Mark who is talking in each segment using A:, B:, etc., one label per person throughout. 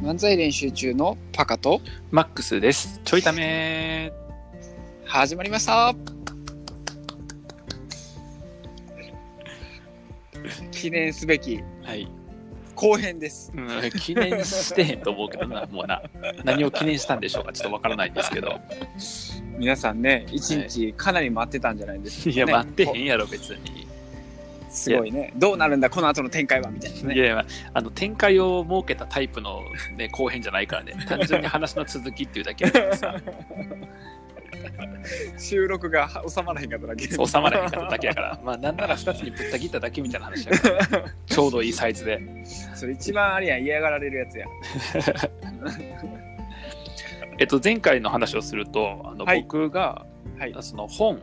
A: 漫才練習中のパカと
B: マックスです。ちょいため
A: 始まりました記念すべき
B: はい、
A: 後編です。
B: うん。記念してへんと思うけどな、もうな。何を記念したんでしょうかちょっとわからないんですけど。
A: 皆さんね、一日かなり待ってたんじゃないですか、ね
B: いや、待ってへんやろ、別に。
A: すごいね。どうなるんだ、この後の展開はみたいないね。
B: やいや、あの、展開を設けたタイプの、ね、後編じゃないからね。単純に話の続きっていう だけだからさ、
A: 収録が収まらへんかっただけで
B: 収まらへんかっただけだから。まあ、なんなら2つにぶった切っただけみたいな話だから、ちょうどいいサイズで。
A: それ一番あれやん、嫌がられるやつや。
B: えっと、前回の話をすると、あの、
A: はい
B: 僕が、
A: はい
B: その本、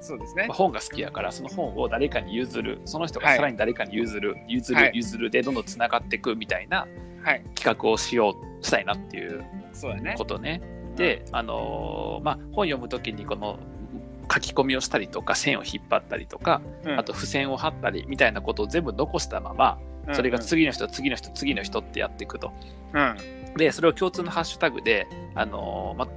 A: そうですね
B: まあ。本が好きやからその本を誰かに譲るその人が
A: はい
B: さらに誰かに譲る、譲
A: は
B: る
A: い
B: 譲るでどんどんつながっていくみたいな
A: はい、
B: 企画をしようしたいなっていう
A: そうやね
B: こ。とね。で、あのーまあ、本読む時にこの書き込みをしたりとか線を引っ張ったりとか
A: うん
B: あと付箋を貼ったりみたいなことを全部残したままそれが次の人次の人次の人ってやっていくと。
A: うんうん
B: でそれを共通のハッシュタグで、あのーまあ、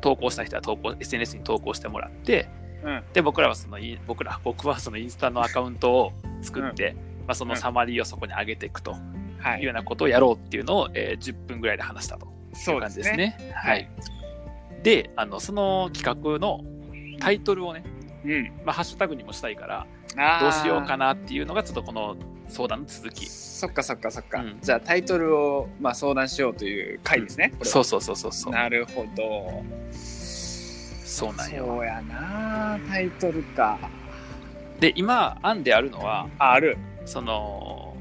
B: 投稿した人は投稿 SNS に投稿してもらって、
A: うん
B: で僕らはそのイン僕ら僕はそのインスタのアカウントを作って、まあ、そのサマリーをそこに上げていくと
A: は
B: いうよ
A: い、
B: うなことをやろうっていうのを、えー10分ぐらいで話したとい
A: そうう
B: 感
A: で
B: じ
A: す
B: で
A: ね。
B: すね。はい、であのその企画のタイトルをね、
A: うん、
B: まあ、ハッシュタグにもしたいから
A: あー
B: どうしようかなっていうのがちょっとこの相談の続き。
A: そっかそっかそっか、
B: うん
A: じゃあタイトルを、まあ、相談しようという回ですね、これは
B: そうそうそうそうそう
A: なるほど
B: そうなんよ
A: そうやなタイトルか
B: で今案であるのは
A: あある
B: その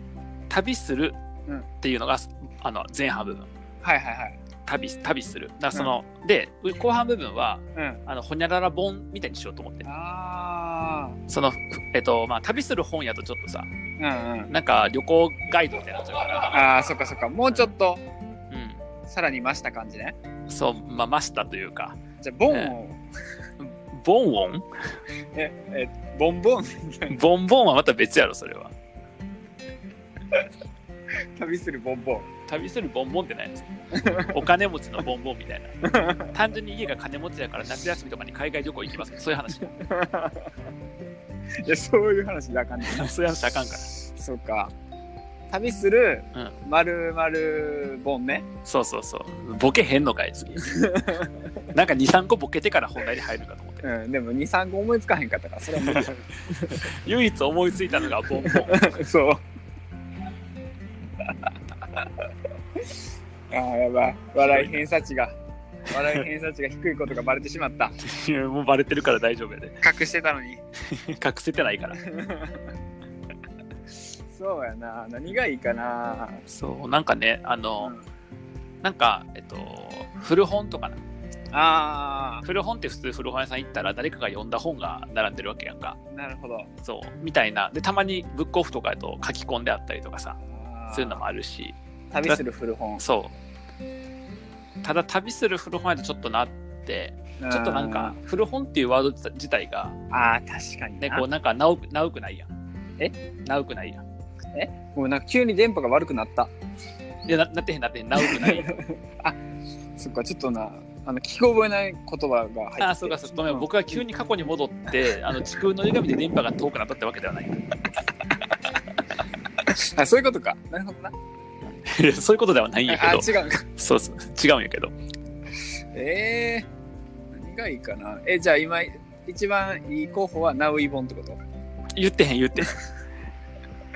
B: 旅する
A: うん
B: っていうのが、あの前半部分
A: はいはいはい
B: 旅旅するだからその、で後半部分は
A: うん
B: あのほにゃらら本みたいにしようと思って
A: あ
B: そのえっとまあ旅する本やとちょっとさ
A: ーうんうん
B: なんか旅行ガイドみたいになっちゃうから、
A: あーそっかそっかもうちょっと
B: う
A: さらに増した感じね
B: ん、そうまあましたというか
A: じゃあボンを、
B: ボンボン
A: ええボンボン
B: ボンボンはまた別やろそれは
A: 旅するボンボン
B: 旅するボンボンってないですお金持ちのボンボンみたいな 単純に家が金持ちだから夏休みとかに海外旅行行きますそういう話
A: いやそういう話じゃあかんね
B: そういう話あかんから
A: そうか旅する
B: うん
A: まるまるボンね
B: そうそうそう。ボケへんのかい、 次。なんか2、3個ボケてから本題に入るかと思って。
A: うんでも23個思いつかへんかったからそれは無理 や
B: 唯一思いついたのがボンボン。
A: そう ああやばい笑い偏差値が笑い偏差値が低いことがバレてしまった
B: い やもうバレてるから大丈夫やで。
A: 隠してたのに
B: 隠せてないから。
A: そうやな何がいいかな
B: そう、なんかね、あ
A: う
B: の、
A: ん
B: なんか、えっと、古本とかな。
A: あ
B: 古本って普通古本屋さん行ったら誰かが読んだ本が並んでるわけやんか。
A: あなるほど
B: そう、みたいな。で、たまにブックオフとかやと書き込んであったりとかさ、
A: あー
B: そういうのもあるし。
A: 旅する古本
B: そう。ただ、旅する古本屋とちょっとなって、
A: ちょ
B: ちょっとなんか、古本っていうワード自体が、
A: ああ確かに
B: ね、
A: な
B: こうなんか、なおく、なおくないやん。
A: え
B: なおくないやん。
A: もうなんか急に電波が悪くなった
B: いや、ななってへんなってへん、なお くないやん。
A: そっかちょっとなあの聞き覚えない言葉が入ってきて
B: ああ、そうか、そうか。ごめん、
A: ん
B: 僕は急に過去に戻 って、あの、地空の歪みで電波が遠くなったってわけではない。
A: あそういうことかなるほどない
B: やそういうことではないんやけ
A: あ
B: ど。
A: 違うんか
B: そうそう、違うんやけど。
A: ええ何がいいかなえじゃあ今一番いい候補はナウイボンってこと
B: 言ってへん、言ってへん。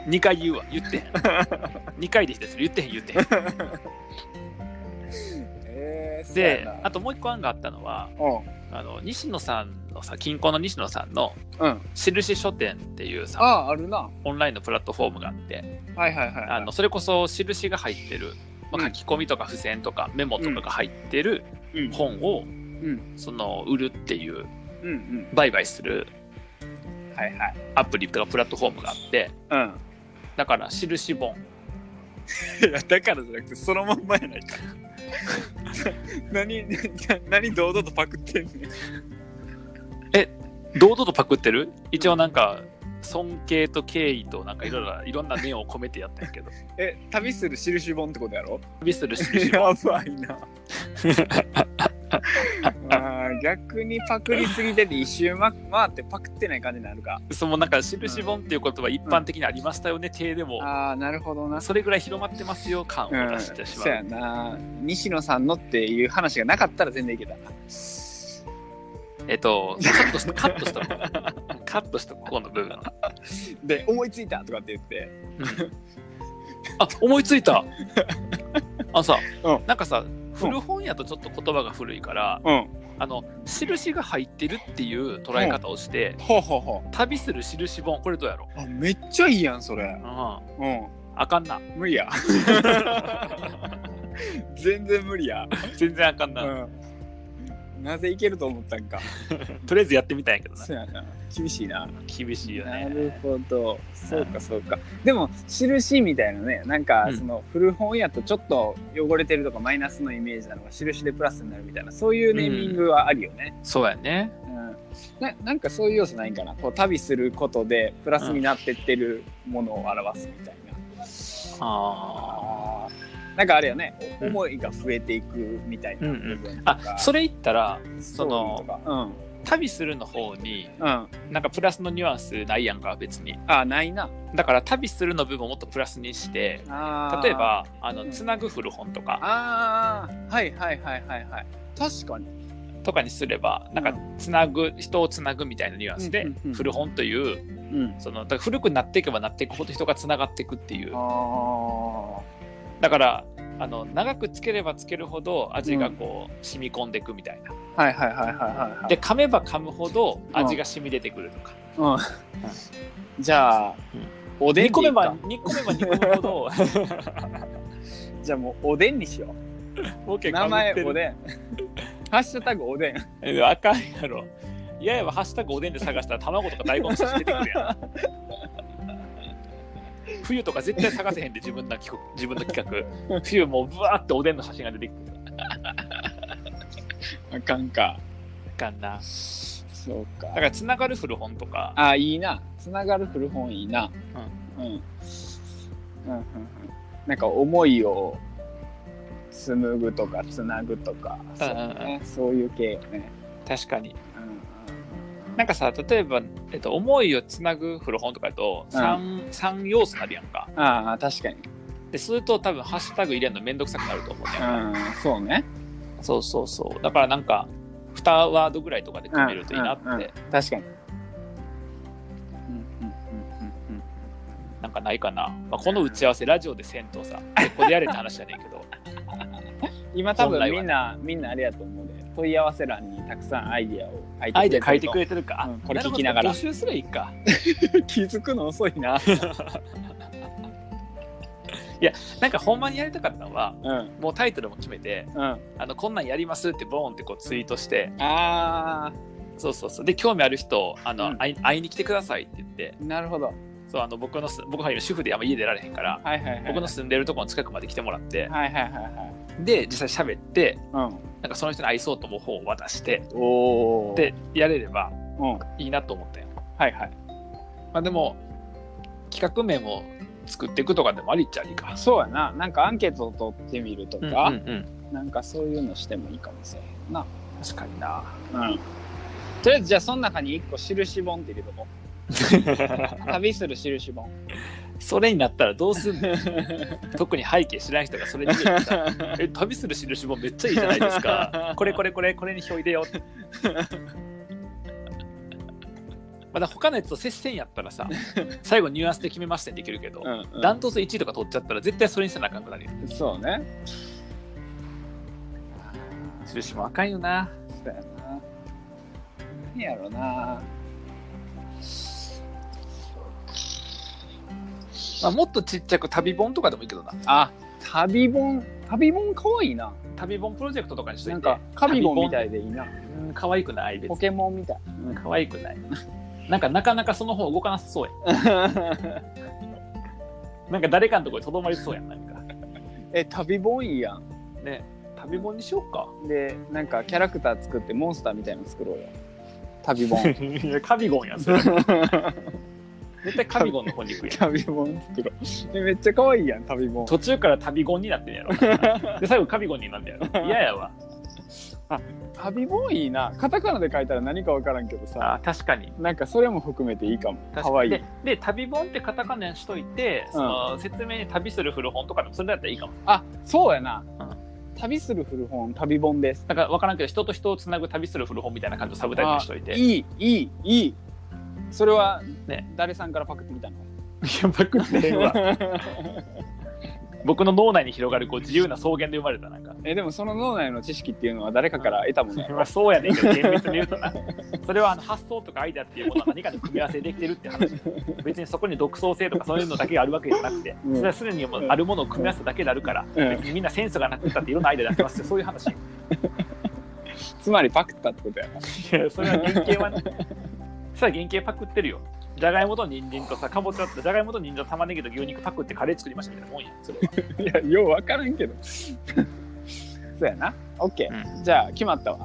B: 2回言うわ、言ってへん。2回で否定する、言ってへん、言っ てへん。
A: ええそうや
B: で
A: な、
B: あともう一個案があったのは、あの、西野さんのさ、近郊の西野さんの、
A: うんうん
B: 印書店っていう
A: あ
B: さ、
A: ああるな
B: オンラインのプラットフォームがあって、
A: はいはいはい
B: あのそれこそ印が入ってる、まあ、
A: う
B: 書
A: ん
B: き込みとか付箋とかメモとかが入ってる
A: うん
B: 本を
A: うん
B: その売るっていう
A: うん
B: 売買する
A: うんはいはい
B: アプリとかプラットフォームがあって
A: う
B: だから印本
A: んいや だからじゃなくてそのまんまやないか 何何堂々とパクってんねん
B: 堂々とパクってる一応なんか尊敬と敬意となんかいろいろいろんな面を込めてやったんやけど
A: え、旅する印本ってことやろ
B: 旅する印は
A: やばい な。あー逆にパクりすぎてて一周ま回ってパクってない感じになるか。
B: そのなんか印本っていう言葉一般的にありましたよね体でも
A: ああ、なるほどな。
B: それぐらい広まってますよ感
A: う
B: を
A: ん、
B: 出
A: そ
B: してしま
A: う
B: う、
A: やな。西野さんのっていう話がなかったら全然いけた。
B: えっとちょっとカットしとこうカットしとここの部分
A: で、思いついたとかって言って。
B: あ思いついたあさ、
A: うん
B: なんかさ古本やとちょっと言葉が古いから、
A: うん。
B: あの印が入ってるっていう捉え方をして、
A: ほうほうほ
B: 旅する印本これどうやろ
A: う。あ、めっちゃいいやん、それ
B: う、。ん、
A: う
B: あかんな
A: ん。無理や。 全然無理や。
B: 全然あかんな、
A: うん。なぜいけると思ったんか。
B: とりあえずやってみたんやけどな
A: そうやな。厳しいな。
B: 厳しいよ
A: な
B: ね
A: るほど。そうか、そうか。でも、印みたいなね、なんか
B: う、ん
A: その、古本やとちょっと汚れてるとかマイナスのイメージなのが、印でプラスになるみたいな、そういうネーミングはあるよね。
B: そうやね
A: うん。ななんかそういう要素ないんかな。こう、旅することで、プラスになってってるものを表すみたいな。あ
B: あ
A: ーなんかあれよね、
B: うん
A: 思いが増えていくみたいな部分と
B: あ
A: か。
B: あそれ言ったら
A: そういうのとか
B: 旅するの方に
A: うん。うん。
B: なんかプラスのニュアンスないやんか別に
A: あ、ないな。
B: だから旅するの部分をもっとプラスにして
A: あー
B: 例え。ばあの
A: うん
B: つなぐ古本とか
A: ああ、はいはいはいはいはい。確かに。
B: とかにすればなんかつなぐ人をつなぐみたいなニュアンスで
A: うんうんうん
B: 古本という
A: うん。
B: そのだから古くなっていけばなっていくほど人がつながっていくっていう
A: あ
B: だからあの長くつければつけるほど味がこう染み込んでいくみたいな
A: あ、はいはいはいはいはい、はい。
B: で噛めば噛むほど味が染み出てくるとか
A: うん。じゃあ、
B: うん
A: おでん
B: 煮込
A: でい
B: め
A: いか
B: ば煮込めば煮込むほ ど
A: じゃあもうおでんにしよ
B: ボケ
A: う。
B: 被って
A: 名
B: る
A: 前おでん。 ハッシュタグおでん。
B: えあかんやろ。いやいや、ハッシュタグおでんで探したら卵とか大根の写真出てくるやん。冬とか絶対探せへんで自分の企画自分の企画。冬もうブワーっておでんの写真が出てくる。
A: あかんか。
B: あかんな。
A: そうか。
B: だからつながる古本とか、
A: ああ、いいな。つながる古本いいな。うん。うん。うんうんうん。なんか思いを紡ぐとかつなぐとか、
B: うん
A: そう
B: うんうん
A: ね、そういう系ね。
B: 確かに。
A: うんうんうん
B: なんかさ、例えば、えっと、思いをつなぐ古本とかだと 3,、三要素あるやんか。
A: ああ、確かに。
B: で、すると多分ハッシュタグ入れるのめんどくさくなると思うね。
A: うん、そうね。
B: そうそうそう。だからなんか、2ワードぐらいとかで組めるといいなって、
A: うんうんうん確かに。うんうんうんうん
B: なんかないかな、まあ、この打ち合わせラジオでせんとさここでやれって話やねんけど
A: 今多
B: 本
A: 分
B: 来は
A: みんな、みんなあれやと思うで問い合わせ欄にたくさんアイディアを書いて
B: アイデア書いて
A: と
B: くれてるか、
A: うんこれ聞きながら
B: るほど募集すりゃいいか
A: 気づくの遅いな
B: なんかほんまにやりたかったのは
A: うんうん
B: もうタイトルも決めて
A: あ
B: あのこんなんやりますってボーンってこうツイートして
A: あ
B: そうそうそうで興味ある人あの、
A: うん
B: 会い会いに来てくださいって言って
A: ーなるほど
B: そうあの僕のす僕は今主婦であんま家出られへんから
A: はいはいはい
B: 僕の住んでるところの近くまで来てもらって
A: はいはいは
B: で実際喋って
A: いはい
B: なんかその人に愛そうと思う方を渡して
A: うんおお
B: でやれれば
A: うんはい
B: いなと思ったよ
A: はい
B: まあでも企画名も作っていくとかでもありっちゃありか。
A: そうやななんかアンケートを取ってみると
B: うん
A: か、
B: うんうん
A: なんかそういうのしてもいいかもしれへんな
B: 確かにな。
A: うんとりあえずじゃあその中に一個印本って入れとこう 旅する印本
B: それになったらどうすんの特に背景知らん人がそれに見えてさえ旅する印もめっちゃいいじゃないですか。これこれこれこれに表入れよう。まだ他のやつと接戦やったらさ最後ニュアンスで決めましてできるけど、
A: うんうん
B: ダントツ1位とか取っちゃったら絶対それにせなあかんくなるよ。
A: そうね
B: 印もあかんよな。
A: そうやな何やろな
B: まあ、もっとちっちゃく旅本とかでもいいけどな。
A: あ旅本旅本かわいいな
B: 旅本プロジェクトとかにしといて
A: なんかカビゴンみた
B: い
A: いでいいな
B: 可愛くない別
A: ポ
B: に
A: ケモンみたい
B: 可愛くない なんかなかなかその方動かなさそうや なんか誰かのところにとどまりそうやんなんか
A: え旅本いいやん
B: ね旅本にしよう か
A: でなんかキャラクター作って モンスターみたいなの作ろうよ旅本
B: いやカビゴンやんそれ絶対旅本の方に行くやん
A: 旅本作ろうえめっちゃ可愛いやん旅本
B: 途中から旅ゴンになってんやろで最後カビゴンになるん だよ嫌やわ
A: 旅本いいなカタカナで書いたら何か分からんけどさ
B: あ確かに
A: なんかそれも含めていいかも
B: 確
A: 可
B: か
A: 愛
B: に
A: い
B: でで旅本ってカタカナにしといて、その説明に旅する古本とかでもそれだったらいいかも
A: あそうやな、
B: うん
A: 旅する古本旅本です
B: なんか分からんけど人と人をつなぐ旅する古本みたいな感じのサブタイトルにしといて
A: いいいいいいそれは、
B: ね
A: 誰さんからパクってきたの
B: やばくねえわ 僕の脳内に広がるこう自由な草原で生まれたなんか
A: えでもその脳内の知識っていうのは誰かから得たものや
B: まあそうやねんけど厳密に言うとなそれはあの発想とかアイデアっていうものが何かに組み合わせできてるって話別にそこに独創性とかそういうのだけがあるわけじゃなくて、
A: うん
B: それはすでにもうあるものを組み合わせただけであるから、
A: うん
B: 別にみんなセンスがなくったっていろんなアイデア出してますよそういう話い
A: つまりパクったってことやな
B: やそれは原型はねそれは原型パクってるよじゃがいもと人参とさかぼちゃとじゃがいもと人参と玉ねぎと牛肉パクってカレー作りましたみたいなもんやそれ は、
A: いやよう分からんけど そうやなオッケーじゃあ決まったわ、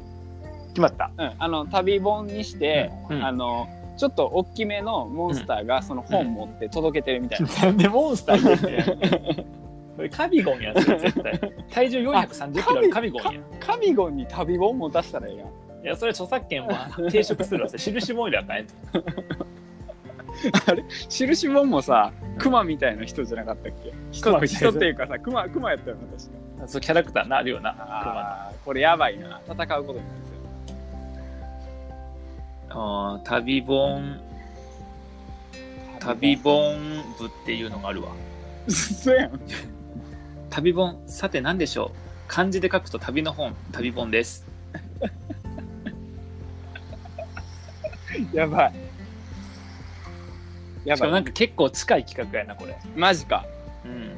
B: 決まった
A: うん、あの旅本にして、
B: うん
A: あのちょっと大きめのモンスターがその本持って届けてるみたいな、
B: なんでモンスターって言ってんや んそれカビゴンやんそれ絶対体重430キロあるカビゴンやん
A: カビゴンに旅本持たせたらええやん
B: いやそれ著作権は抵触するわそれ印もいらない
A: 印本もさクマみたいな人じゃなかったっけ人
B: みたいな
A: 人っていうかさクマクマやったよな確か
B: そうキャラクターなるよな
A: あーこれやばいな戦うことになりそう
B: あー旅本旅本部っていうのがあるわ
A: そうやん
B: 旅本さて何でしょう漢字で書くと旅の本旅本です
A: やばいや
B: しかも
A: ば
B: ないんか結構近い企画やなこれ
A: マジか
B: うん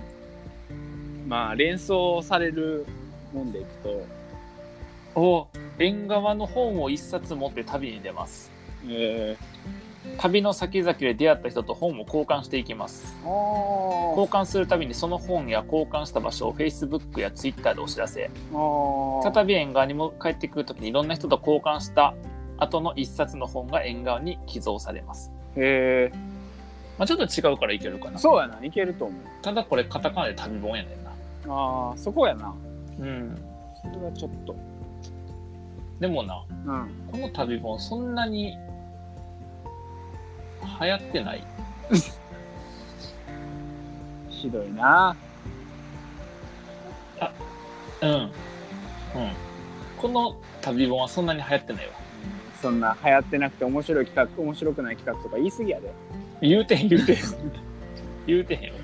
A: まあ連想されるもんでいくと
B: お縁側の本を一冊持って旅に出ます
A: え
B: 旅の先々で出会った人と本を交換していきます
A: ー、お
B: 交換するたびにその本や交換した場所を Facebook や Twitter でお知らせ
A: お
B: 再び縁側にも帰ってくるときにいろんな人と交換した後の一冊の本が縁側に寄贈されます、
A: え
B: まあ、ちょっと違うからいけるかな
A: そうやないけると思う
B: ただこれカタカナで旅本やねんな
A: ああそこやな
B: うん
A: それはちょっと
B: でもな
A: うん
B: この旅本そんなに流行ってない
A: ひどいな
B: うんうんこの旅本はそんなに流行ってないわ
A: そんな流行ってなくて面白い企画面白くない企画とか言い過ぎやで
B: 言うてへん言うてへん言うてへんよ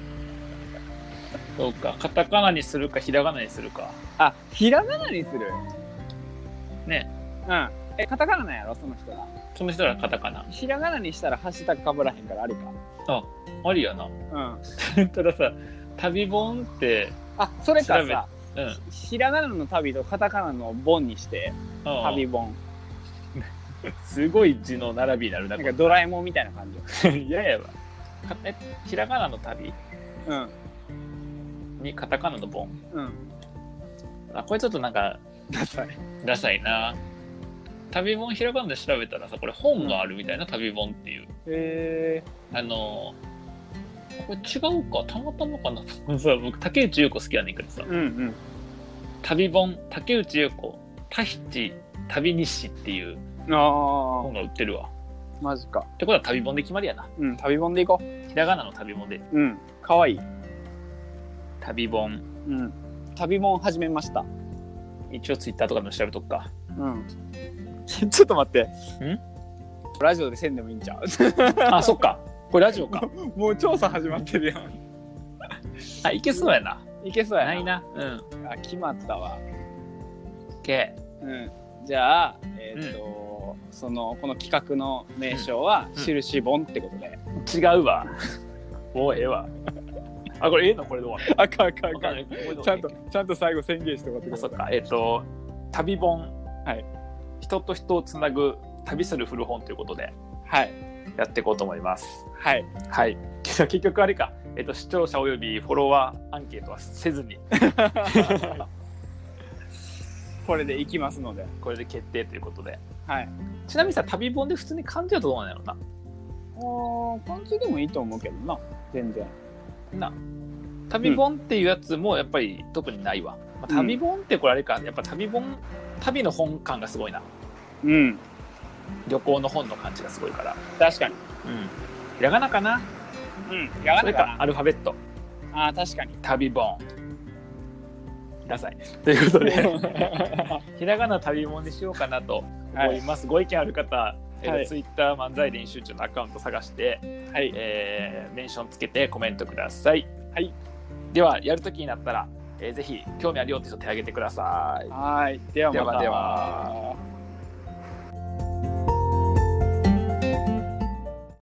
B: そうかカタカナにするかひらがなにするか
A: あひらがなにする
B: ね
A: うんえカタカナなんやろその人ら
B: その人らカタカナ
A: ひらがなにしたらハッシュタグかぶらへんからありか
B: ありやな
A: うん
B: たださ旅本って
A: あそれか
B: 調べ
A: さ
B: うん
A: ひらがなの旅とカタカナのボンにして旅本
B: すごい字の並びになるな
A: なん
B: こ
A: かドラえもんみたいな感じ
B: れ 嫌やわかえひらがなの旅
A: うん
B: にカタカナの本
A: うん
B: あこれちょっとなんか
A: ダサい
B: ダサいな旅本ひらがなで調べたらさこれ本があるみたいな、旅本っていう
A: へえ
B: あのこれ違うかたまたまかなそう僕竹内優子好きやねんけどさ
A: うんうん
B: 旅本竹内優子タヒチ旅日誌っていう
A: あ
B: 本が売ってるわ
A: あマジか
B: ってことは旅本で決まりやな
A: うん旅本で行こ
B: ひらがなの旅本で
A: ううんかわいい
B: 旅本
A: うん旅本始めました
B: 一応ツイッターとかでも調べと くか
A: うんちょっと待ってラジオでせんでもいいんちゃう
B: あそっかこれラジオか
A: もう 調査始まってるやん
B: あいけそうやない
A: けそうや
B: ないなうん
A: あ決まったわ
B: OK
A: うん、じゃあ、えーとそのこの企画の名称は「
B: うん
A: 印本」ってことで、
B: 違 うわもうええわあこれええのこれで終わる
A: あかんあかん
B: わかんないこれで終わる
A: ちゃんとちゃんと最後宣言してもらってく
B: あ
A: ださ
B: そっ
A: い
B: かえっ、と旅本
A: はい
B: 人と人をつなぐ旅する古本ということで
A: はい
B: やっていこうと思います
A: はい
B: はい けど結局あれか、えっと視聴者およびフォロワーアンケートはせず に
A: これでいきますので
B: これで決定ということで
A: はい
B: ちなみにさ旅本で普通に漢字はどうなんやろうな
A: ああ、パンチでもいいと思うけどな、全然。
B: な旅本っていうやつもやっぱり特にないわ、まあ、旅本ってこれあれかやっぱ旅本旅の本感がすごいな
A: うん、
B: 旅行の本の感じがすごいから
A: 確かに。
B: うんひらがなかな
A: うん、や
B: それかアルファベット
A: ああ、確かに。
B: 旅本ダサいということで ひらがな旅本にしようかなと思います、ご意見ある方
A: はい
B: ツイッター漫才練習中のアカウント探して、
A: はい。
B: えーメンションつけてコメントください。
A: はい、
B: ではやるときになったら、えーぜひ興味あるよって人手挙げてください。
A: はい。ではまた。
B: ではでは